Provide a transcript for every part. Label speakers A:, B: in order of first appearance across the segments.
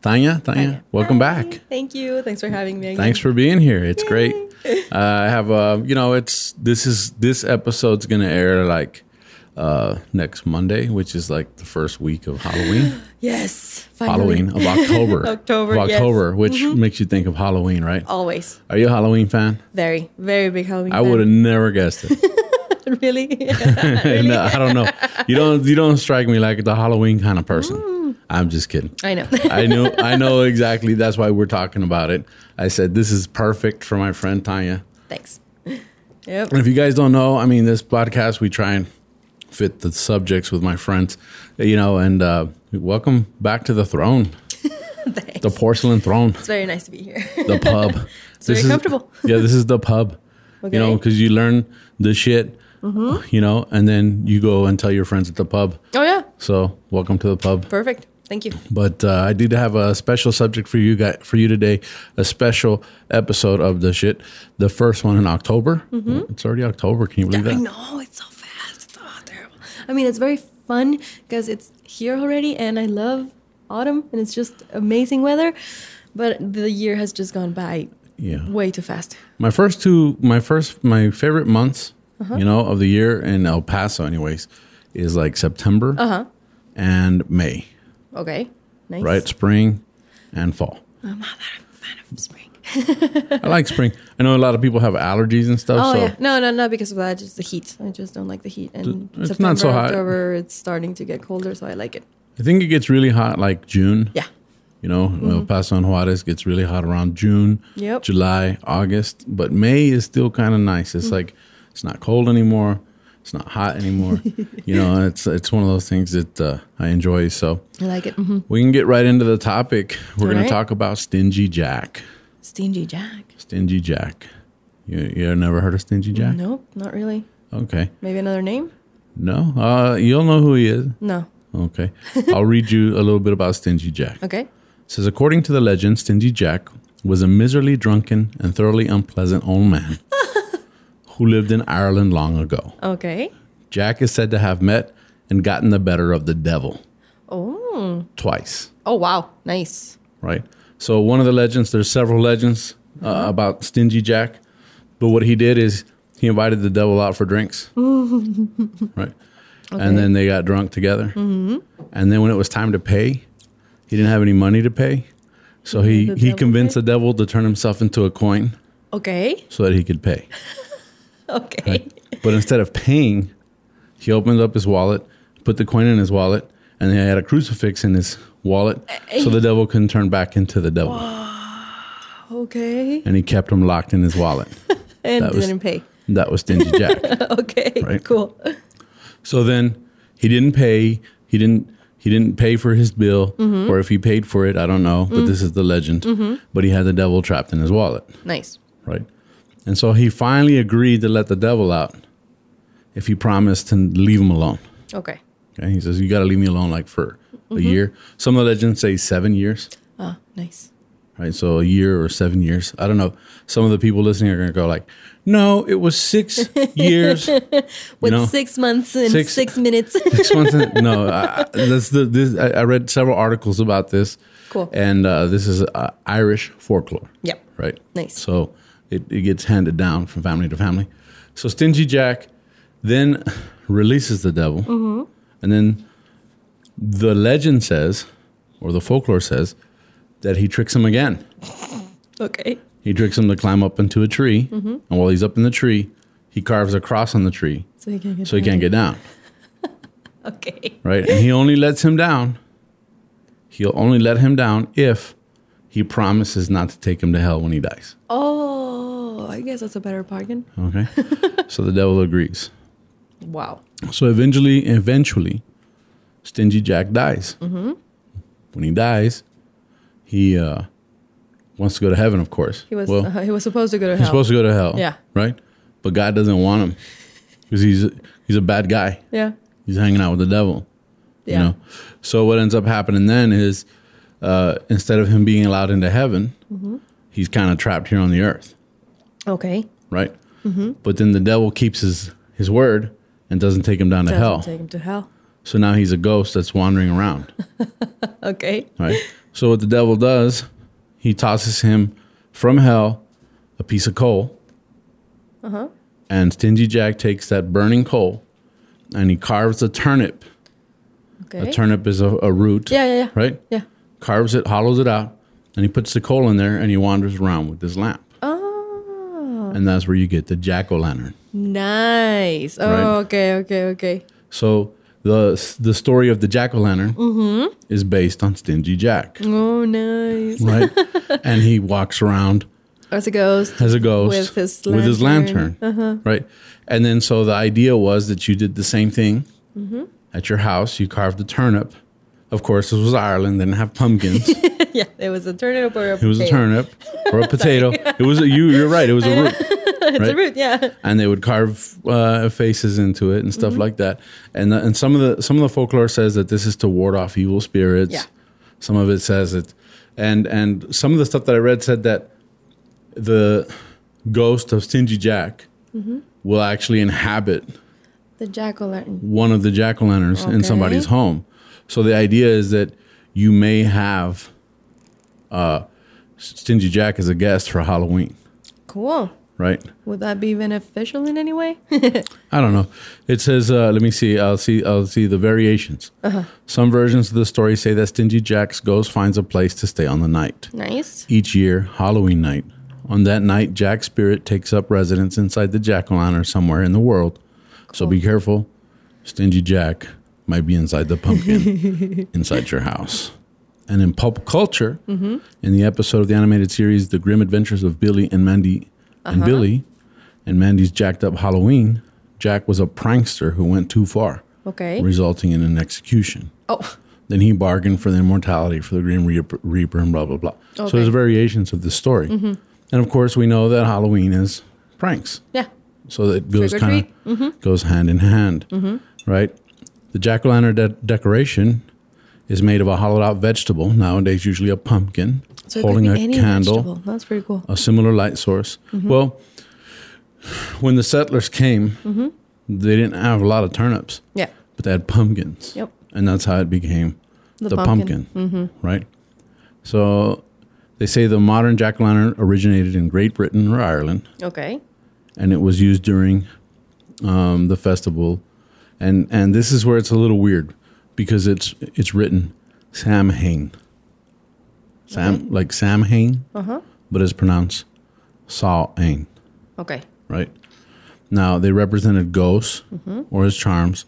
A: Tanya. Tanya, welcome back.
B: Thank you. Thanks for having me. again.
A: Thanks for being here. It's great. Uh, I have uh, you know, it's this is this episode's gonna air like uh next Monday, which is like the first week of Halloween,
B: Yes. Finally.
A: Halloween of October,
B: October,
A: of
B: yes. Mm-hmm.
A: October, which makes you think of Halloween, right?
B: Always.
A: Are you a Halloween fan?
B: Very, very big Halloween.
A: I would have never guessed it.
B: have. really?
A: no, I don't know. You don't you don't strike me like the Halloween kind of person.
B: Mm.
A: I'm just kidding.
B: I know.
A: I know I know exactly. That's why we're talking about it. I said this is perfect for my friend Tanya.
B: Thanks. Yep.
A: And if you guys don't know, I mean, this podcast we try and fit the subjects with my friends, you know. And uh, welcome back to the throne,
B: Thanks.
A: the porcelain throne,
B: it's very nice to be here.
A: the pub. it's
B: very comfortable.
A: Yeah, this is the pub. You know,
B: Okay. Mm-hmm.
A: because you learn the shit, you know, and then you go and tell your friends at the pub.
B: oh yeah.
A: So welcome to the pub.
B: Perfect. Thank you.
A: But uh, I did have a special subject for you guys, for you today, a special episode of the shit. The first one in October.
B: Mm-hmm.
A: It's already October. Can you believe
B: I
A: that?
B: know it's so fast. It's all terrible. I mean, it's very fun because it's here already, and I love autumn, and it's just amazing weather. But the year has just gone by
A: Yeah.
B: way too fast.
A: My first two, my first, my favorite months, you know, of the year in El Paso, anyways, is like September
B: Uh-huh.
A: and May,
B: Okay. Nice.
A: right? Spring and fall.
B: I'm not that I'm a fan of spring.
A: I like spring. I know a lot of people have allergies and stuff,
B: Oh
A: so
B: yeah, no, no, not because of that. Just the heat. I just don't like the heat. And
A: It's
B: September,
A: not so hot.
B: October, it's starting to get colder, so I like it.
A: I think it gets really hot like June.
B: Yeah,
A: You know, El Paso and Juarez gets really hot around June,
B: Mm-hmm. Yep.
A: July, August, but May is still kind of nice.
B: Mm.
A: It's like it's not cold anymore, it's not hot anymore. you know, it's it's one of those things that uh, I enjoy. So
B: I like it. hmm
A: We can get right into the topic. We're
B: All
A: going
B: right.
A: to talk about Stingy Jack.
B: Stingy Jack.
A: Stingy Jack. You, you never heard of Stingy Jack?
B: Nope, not really.
A: Okay.
B: Maybe another name?
A: No. Uh, you'll know who he is.
B: No.
A: Okay. I'll read you a little bit about Stingy Jack.
B: Okay.
A: It says according to the legend, Stingy Jack was a miserly, drunken, and thoroughly unpleasant old man who lived in Ireland long ago.
B: Okay.
A: Jack is said to have met and gotten the better of the devil
B: Oh.
A: twice.
B: Oh wow. Nice.
A: right? So one of the legends, there's several legends uh, about Stingy Jack, but what he did is he invited the devil out for drinks, right? And then they got drunk together.
B: Mm-hmm.
A: And then when it was time to pay, he didn't have any money to pay, so he
B: The
A: he
B: devil
A: convinced the devil to turn himself into a coin
B: Okay.
A: so that he could pay.
B: Okay.
A: But instead of paying, he opened up his wallet, put the coin in his wallet, and he had a crucifix in his wallet,
B: Uh,
A: so the devil couldn't turn back into the devil.
B: Okay.
A: and he kept him locked in his wallet.
B: And
A: was-
B: didn't pay.
A: That was Stingy Jack.
B: okay.
A: Right.
B: Cool.
A: so then he didn't pay. He didn't. He didn't pay for his bill, or if he paid for it, I don't know. But this is the legend. But he had the devil trapped in his wallet,
B: Nice.
A: right? And so he finally agreed to let the devil out if he promised to leave him alone.
B: Okay.
A: Okay, he says you got to leave me alone like for a year. Some of the legends say seven years.
B: Ah, nice.
A: right? So a year or seven years. I don't know. Some of the people listening are going to go like, no, it was six years. With
B: With six months and
A: six-
B: six, minutes.
A: six months. In, no, I, I- that's the, this, I, I read several articles about this.
B: Cool.
A: And uh, this is uh, Irish folklore.
B: Yep.
A: Right.
B: Nice.
A: So it, it gets handed down from family to family. So Stingy Jack then releases the devil.
B: Mm-hmm.
A: And then the legend says, or the folklore says, that he tricks him again.
B: okay.
A: He tricks him to climb up into a tree,
B: Mm-hmm.
A: and while he's up in the tree, he carves a cross on the tree
B: So he can get.
A: so he can't get down.
B: Okay.
A: Right, and he only lets him down. He'll only let him down if he promises not to take him to hell when he dies.
B: Oh, I guess that's a better bargain.
A: Okay, so the devil agrees.
B: Wow.
A: So eventually, eventually,
B: Mm-hmm.
A: Stingy Jack dies. When he dies, he uh, wants to go to heaven, of course.
B: He was
A: well,
B: uh, he was supposed to go to
A: he's
B: hell.
A: supposed to go to hell.
B: Yeah.
A: Right? But God doesn't want him because he's he's a bad guy.
B: yeah.
A: He's hanging out with the devil.
B: Yeah.
A: You know? So what ends up happening then is uh, instead of him being allowed into heaven,
B: Mm-hmm.
A: he's kind of trapped here on the earth,
B: Okay.
A: right?
B: Mm-hmm.
A: But then the devil keeps his his word and doesn't take him down to
B: Doesn't
A: hell.
B: Take him to hell.
A: so now he's a ghost that's wandering around,
B: Okay.
A: right? so what the devil does, he tosses him from hell a piece of coal.
B: Uh-huh.
A: And Stingy Jack takes that burning coal and he carves a turnip.
B: Okay.
A: A turnip is a, a root,
B: yeah, yeah, yeah.
A: right?
B: Yeah.
A: carves it, hollows it out, and he puts the coal in there and he wanders around with his lamp.
B: Oh,
A: And that's where you get the jack o' lantern.
B: nice. Oh,
A: Right.
B: okay, okay, okay.
A: So the the story of the jack o' lantern
B: Mm-hmm.
A: is based on Stingy Jack,
B: Oh, nice.
A: right? and he walks around
B: As a ghost.
A: as a ghost
B: With his
A: with his
B: lantern. Uh-huh.
A: lantern, right? And then so the idea was that you did the same thing
B: Mm-hmm.
A: at your house. You carved a turnip. Of course, this was Ireland. They didn't have pumpkins.
B: yeah, it was a turnip or a
A: It was a turnip or a potato. it was a, you. You're right. It was a root.
B: It's
A: right?
B: a root, yeah.
A: and they would carve uh, faces into it and stuff
B: Mm-hmm.
A: like that. And the, and some of the some of the folklore says that this is to ward off evil spirits.
B: Yeah.
A: Some of it says it, and and some of the stuff that I read said that the ghost of Stingy Jack
B: Mm-hmm.
A: will actually inhabit
B: The jack o' lantern.
A: one of the jack o' lanterns in
B: Okay.
A: somebody's home. So the idea is that you may have uh, Stingy Jack as a guest for Halloween,
B: Cool.
A: right?
B: Would that be beneficial in any way?
A: I don't know. It says, uh, let me see. I'll see. I'll see the variations. Some versions of the story say that Stingy Jack's ghost finds a place to stay on the night.
B: nice.
A: Each year, Halloween night. On that night, Jack's spirit takes up residence inside the jack o' lantern somewhere in the world. So be careful. Stingy Jack might be inside the pumpkin inside your house. And in pulp culture, in the episode of the animated series The Grim Adventures of Billy and Mandy and Billy and Mandy's Jacked Up Halloween, Jack was a prankster who went too far,
B: Okay.
A: resulting in an execution.
B: oh,
A: Then he bargained for the immortality for the Grim Reaper, Reaper and blah, blah, blah. So
B: Okay. Mm-hmm.
A: there's variations of this story. And of course, we know that Halloween is pranks.
B: yeah.
A: So it goes
B: Trick or Mm-hmm.
A: kind of goes hand in hand, right? The jack o' lantern de- decoration is made of a hollowed out vegetable, nowadays usually a pumpkin,
B: So it could
A: holding
B: be
A: a
B: any
A: candle, Uh,
B: vegetable. Mm-hmm. That's pretty cool.
A: a similar light source. Well, when the settlers came,
B: Mm-hmm.
A: they didn't have a lot of turnips
B: Yeah.
A: but they had pumpkins.
B: Yep.
A: And that's how it became the,
B: The
A: pumpkin,
B: pumpkin. Mm-hmm.
A: right? So they say the modern jack o' lantern originated in Great Britain or Ireland,
B: Okay.
A: and it was used during um, the festival. And and this is where it's a little weird because it's it's written Samhain, Sam like Samhain,
B: Uh-huh.
A: but it's pronounced Saw-ain
B: Okay.
A: right? Now, they represented ghosts or as charms,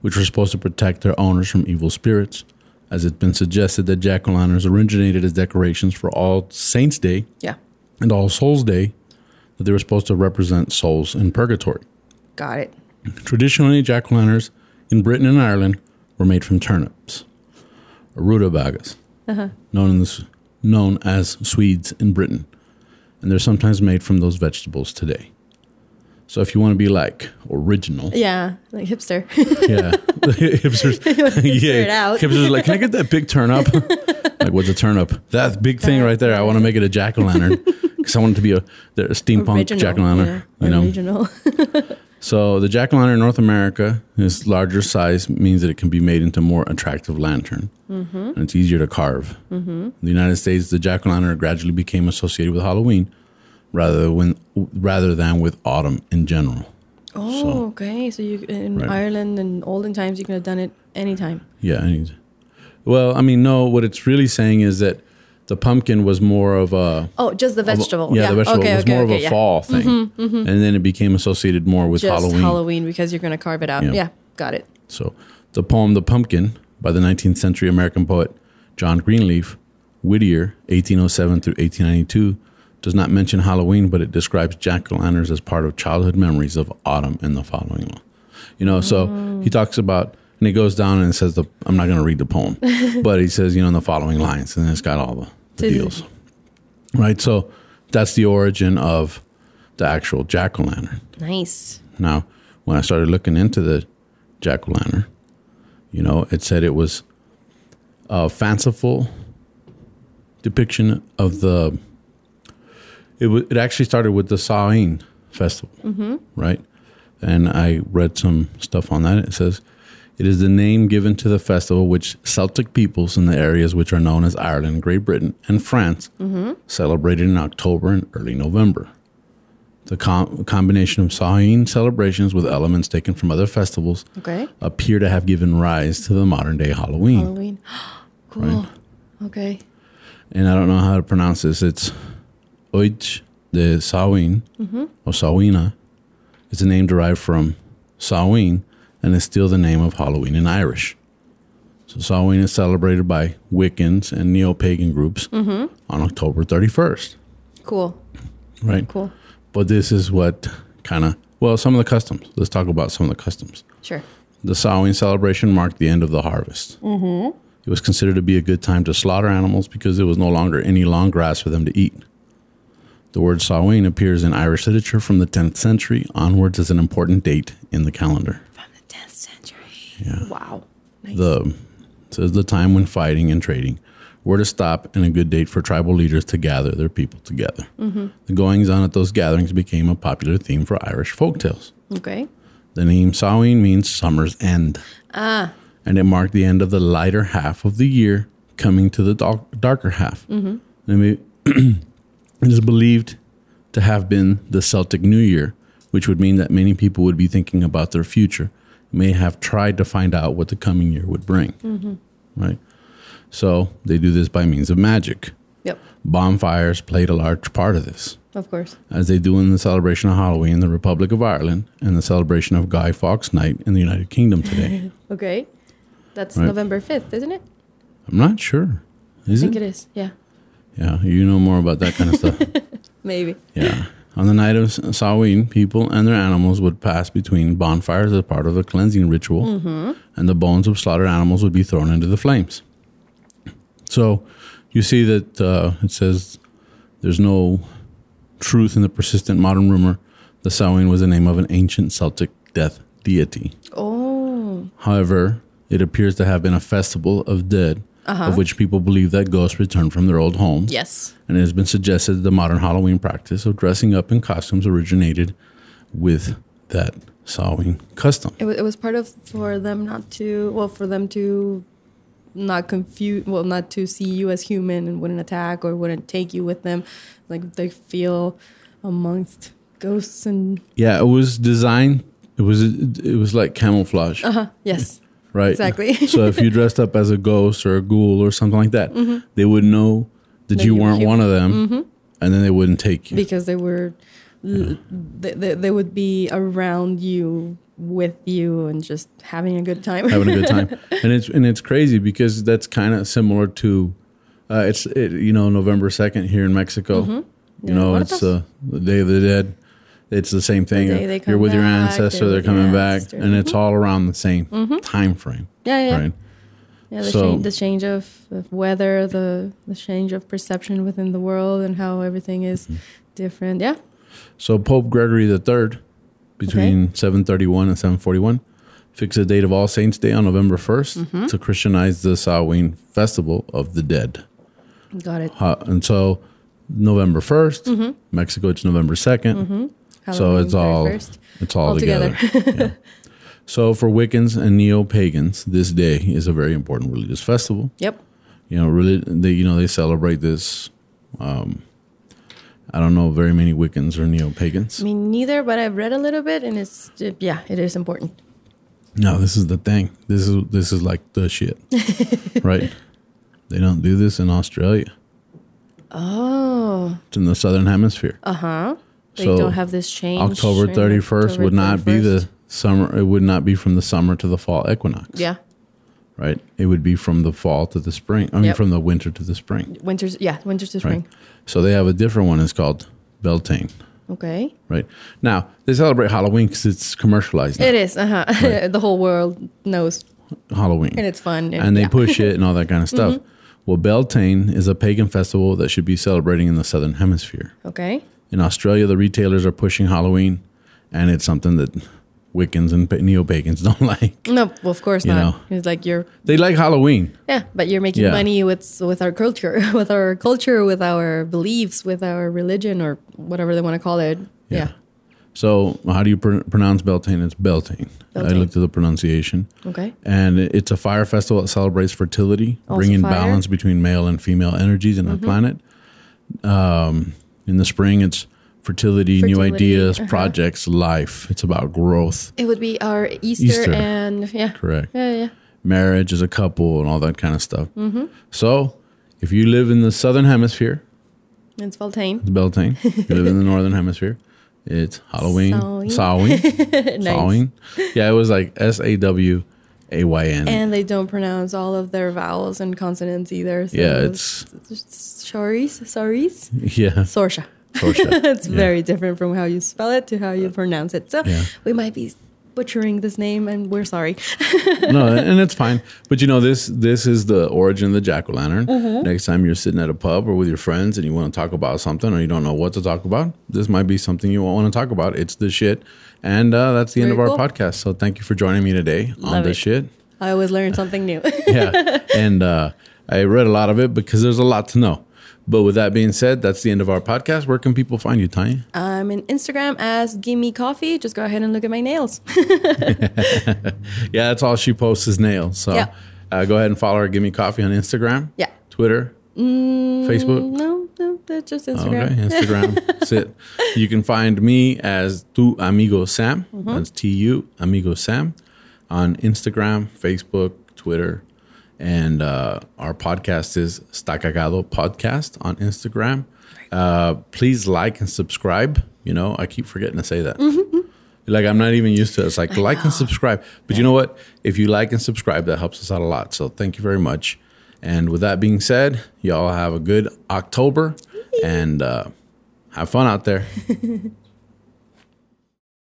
A: which were supposed to protect their owners from evil spirits, as it's been suggested that jack o' lanterns originated as decorations for All Saints' Day
B: Yeah.
A: and All Souls' Day, that they were supposed to represent souls in purgatory.
B: Got it.
A: Traditionally, jack o' lanterns in Britain and Ireland were made from turnips, or rutabagas,
B: Uh-huh.
A: known, in this, known as Swedes in Britain. And they're sometimes made from those vegetables today. So if you want to be like original,
B: Yeah. Like hipster.
A: yeah, hipsters,
B: it
A: yeah,
B: out.
A: hipsters are like, can I get that big turnip? like, what's a turnip? That big thing right there. I want to make it a jack o' lantern because I want it to be a, a steampunk
B: Original.
A: jack o' lantern.
B: Yeah.
A: You know,
B: Original.
A: so the jack o' lantern in North America, its larger size means that it can be made into more attractive lantern,
B: Mm-hmm.
A: and it's easier to carve. In the United States, the jack o' lantern gradually became associated with Halloween, rather when rather than with autumn in general.
B: Oh, okay. So you in
A: Right.
B: Ireland in olden times you could have done it anytime.
A: Yeah. I need- well, I mean, no. What it's really saying is that the pumpkin was more of a
B: Oh, just the vegetable.
A: yeah, the vegetable
B: okay,
A: was
B: okay,
A: more
B: okay,
A: of a
B: yeah. Mm-hmm,
A: fall thing, and then it became associated more with
B: Just Halloween.
A: Halloween.
B: because you're gonna carve it out.
A: Yeah.
B: Yeah. got it.
A: So the poem The Pumpkin by the 19th century American poet John Greenleaf, Whittier, 1807 through 1892, does not mention Halloween, but it describes jack o' lanterns as part of childhood memories of autumn and the following month. You know, so he talks about, and he goes down and says, the, I'm not going to read the poem, but he says, you know, in the following lines, and it's got all the, the
B: Did-
A: deals. right? So that's the origin of the actual jack o' lantern.
B: Nice.
A: Now, when I started looking into the jack o' lantern, you know, it said it was a fanciful depiction of the. It wa it actually started with the Samhain festival, right? And I read some stuff on that. It says it is the name given to the festival which Celtic peoples in the areas which are known as Ireland, Great Britain, and France celebrated in October and early November. The com- combination of Samhain celebrations with elements taken from other festivals
B: Okay.
A: appear to have given rise to the modern day Halloween.
B: Halloween. cool. Okay.
A: And I don't know how to pronounce this. It's Oich de Samhain or Samhaina. It's a name derived from Samhain and is still the name of Halloween in Irish. So Samhain is celebrated by Wiccans and neo-pagan groups on October 31st,
B: Cool.
A: right?
B: Cool.
A: But this is what kind of, well, some of the customs. Let's talk about some of the customs.
B: Sure.
A: The Samhain celebration marked the end of the harvest. Mm-hmm. It was considered to be a good time to slaughter animals because there was no longer any long grass for them to eat. The word Samhain appears in Irish literature from the 10th century onwards as an important date in the calendar.
B: From the 10th century. Yeah. Wow. Nice.
A: The says the time when fighting and trading were to stop and a good date for tribal leaders to gather their people together. The goings on at those gatherings became a popular theme for Irish folktales.
B: okay.
A: The name Samhain means summer's end. And it marked the end of the lighter half of the year, coming to the dark, darker half. And it it is believed to have been the Celtic New Year, which would mean that many people would be thinking about their future, may have tried to find out what the coming year would bring. Right? So they do this by means of magic.
B: Yep.
A: Bonfires played a large part of this
B: Of course.
A: as they do in the celebration of Halloween in the Republic of Ireland and the celebration of Guy Fawkes Night in the United Kingdom today.
B: Okay. That's
A: Right.
B: November 5th, isn't it?
A: I'm not sure. Is
B: I
A: it?
B: think it is. Yeah.
A: Yeah, you know more about that kind of stuff.
B: Maybe.
A: yeah. On the night of Samhain, people and their animals would pass between bonfires as part of a cleansing ritual,
B: Mm-hmm.
A: and the bones of slaughtered animals would be thrown into the flames. So you see that uh, it says there's no truth in the persistent modern rumor that Samhain was the name of an ancient Celtic death deity.
B: Oh.
A: However, it appears to have been a festival of dead,
B: Uh-huh.
A: of which people believe that ghosts return from their old homes.
B: Yes.
A: And it has been suggested that the modern Halloween practice of dressing up in costumes originated with that Samhain custom.
B: It, wa it was part of for them not to, well, for them to not confuse, well, not to see you as human and wouldn't attack or wouldn't take you with them. Like they feel amongst ghosts and,
A: Yeah, it was designed. It was it was like camouflage,
B: uh, yes.
A: right?
B: exactly.
A: so if you dressed up as a ghost or a ghoul or something like that, they would know that
B: Mm-hmm. That
A: you
B: you were
A: weren't
B: human. Mm-hmm.
A: one of them, and then they wouldn't take you.
B: because they were l they, they, they would be around you with you and just having a good time
A: having a good time. And it's and it's crazy because that's kind of similar to uh, it's it, you know November second here in Mexico. You
B: Mm-hmm. Yeah,
A: know,
B: what
A: it's
B: about-
A: uh, the Day of the Dead. It's the same thing. Uh,
B: day they
A: You're
B: come
A: with your
B: back,
A: ancestor.
B: they're
A: They're
B: with your
A: coming back,
B: ancestor.
A: and it's all around the same time frame.
B: yeah yeah,
A: Right.
B: yeah the,
A: So-
B: change, the change of, of weather the the change of perception within the world and how everything is
A: Mm-hmm.
B: different yeah
A: So Pope Gregory the Third, between 731 and 741, fixed the date of All Saints Day on November 1st
B: Mm-hmm.
A: to Christianize the Samhain festival of the dead.
B: got it
A: Uh, and so November 1st,
B: Mm-hmm.
A: Mexico, it's November 2nd. So
B: Halloween
A: it's all,
B: 31st.
A: it's all,
B: All
A: together.
B: together.
A: Yeah. So for Wiccans and neo-pagans, this day is a very important religious festival.
B: yep
A: You know, really, they, you know, they celebrate this. Um, I don't know very many Wiccans or neo-pagans.
B: me neither but i've read a little bit and it's yeah it is important
A: No, this is the thing. This is this is like the shit, right? They don't do this in Australia.
B: oh
A: It's in the southern hemisphere.
B: uh-huh they
A: So,
B: don't have this change
A: October
B: in
A: 31st
B: October
A: would not be
B: 31st.
A: the summer. It would not be from the summer to the fall equinox,
B: yeah
A: right? It would be from the fall to the spring. I mean,
B: Yep.
A: from the winter to the spring,
B: winters yeah winters to
A: right?
B: spring
A: So they have a different one. It's called Beltane,
B: okay
A: right? Now they celebrate Halloween because it's commercialized. Now,
B: It is. Uh huh. the whole world knows,
A: Halloween,
B: and it's fun.
A: and they
B: yeah. Mm-hmm.
A: push it and all that kind of stuff. Well, Beltane is a pagan festival that should be celebrating in the Southern Hemisphere.
B: Okay.
A: In Australia, the retailers are pushing Halloween, and it's something that Wiccans and neo pagans don't like.
B: No, well, of course
A: You
B: not. It's like you're
A: They like Halloween.
B: yeah, but you're making
A: Yeah.
B: money with with our culture, with our culture, with our beliefs, with our religion or whatever they want to call it. Yeah.
A: So, how do you pr- pronounce Beltane? It's Beltane. I
B: Beltane.
A: looked at the pronunciation.
B: Okay.
A: And it's a fire festival that celebrates fertility,
B: Also
A: bringing
B: fire. Mm-hmm.
A: balance between male and female energies in our planet. Um, in the spring, it's fertility, new
B: Fertility, uh-huh.
A: ideas, projects, life. It's about growth.
B: It would be our Easter,
A: Easter.
B: and yeah.
A: Correct.
B: Yeah, yeah.
A: marriage as a couple and all that kind of stuff.
B: Mm-hmm.
A: So, if you live in the southern hemisphere,
B: It's Valtane.
A: it's Beltane. If you live in the northern hemisphere, it's Halloween.
B: Samhain.
A: Sawing.
B: nice.
A: Sawing. Yeah, it was like S A W A Y N.
B: And they don't pronounce all of their vowels and consonants either. So
A: Yeah, it's
B: Soris, Soris,
A: yeah.
B: Sorsha.
A: Sorsha.
B: it's very different from how you spell it to how you pronounce it. So
A: Yeah.
B: we might be butchering this name, and we're sorry.
A: no, and it's fine. But you know this this is the origin of the jack o' lantern.
B: Mm-hmm.
A: Next time you're sitting at a pub or with your friends and you want to talk about something or you don't know what to talk about, this might be something you want to talk about. It's the shit, and uh, that's the end of
B: Very
A: our
B: cool.
A: podcast. So thank you for joining me today on
B: Love
A: the
B: it.
A: shit.
B: I always learn something new.
A: yeah. And uh, I read a lot of it because there's a lot to know. But with that being said, that's the end of our podcast. Where can people find you, Tanya?
B: I'm in Instagram as Gimme Coffee. Just go ahead and look at my nails.
A: Yeah, that's all she posts is nails. So
B: Yeah.
A: uh, go ahead and follow her. Give me coffee on Instagram.
B: Yeah.
A: Twitter. Facebook.
B: no, no, that's just Instagram.
A: Okay, Instagram. That's it. You can find me as Tu Amigo Sam.
B: Mm-hmm.
A: That's T U Amigo Sam on Instagram, Facebook, Twitter. And uh, our podcast is Stacagado Podcast on Instagram. Uh, please like and subscribe. You know, I keep forgetting to say
B: Mm-hmm.
A: that. Like, I'm not even used to it. It's like, like and subscribe. But you know what? If you like and subscribe, that helps us out a lot. So thank you very much. And with that being said, y'all have a good October and uh, have fun out there.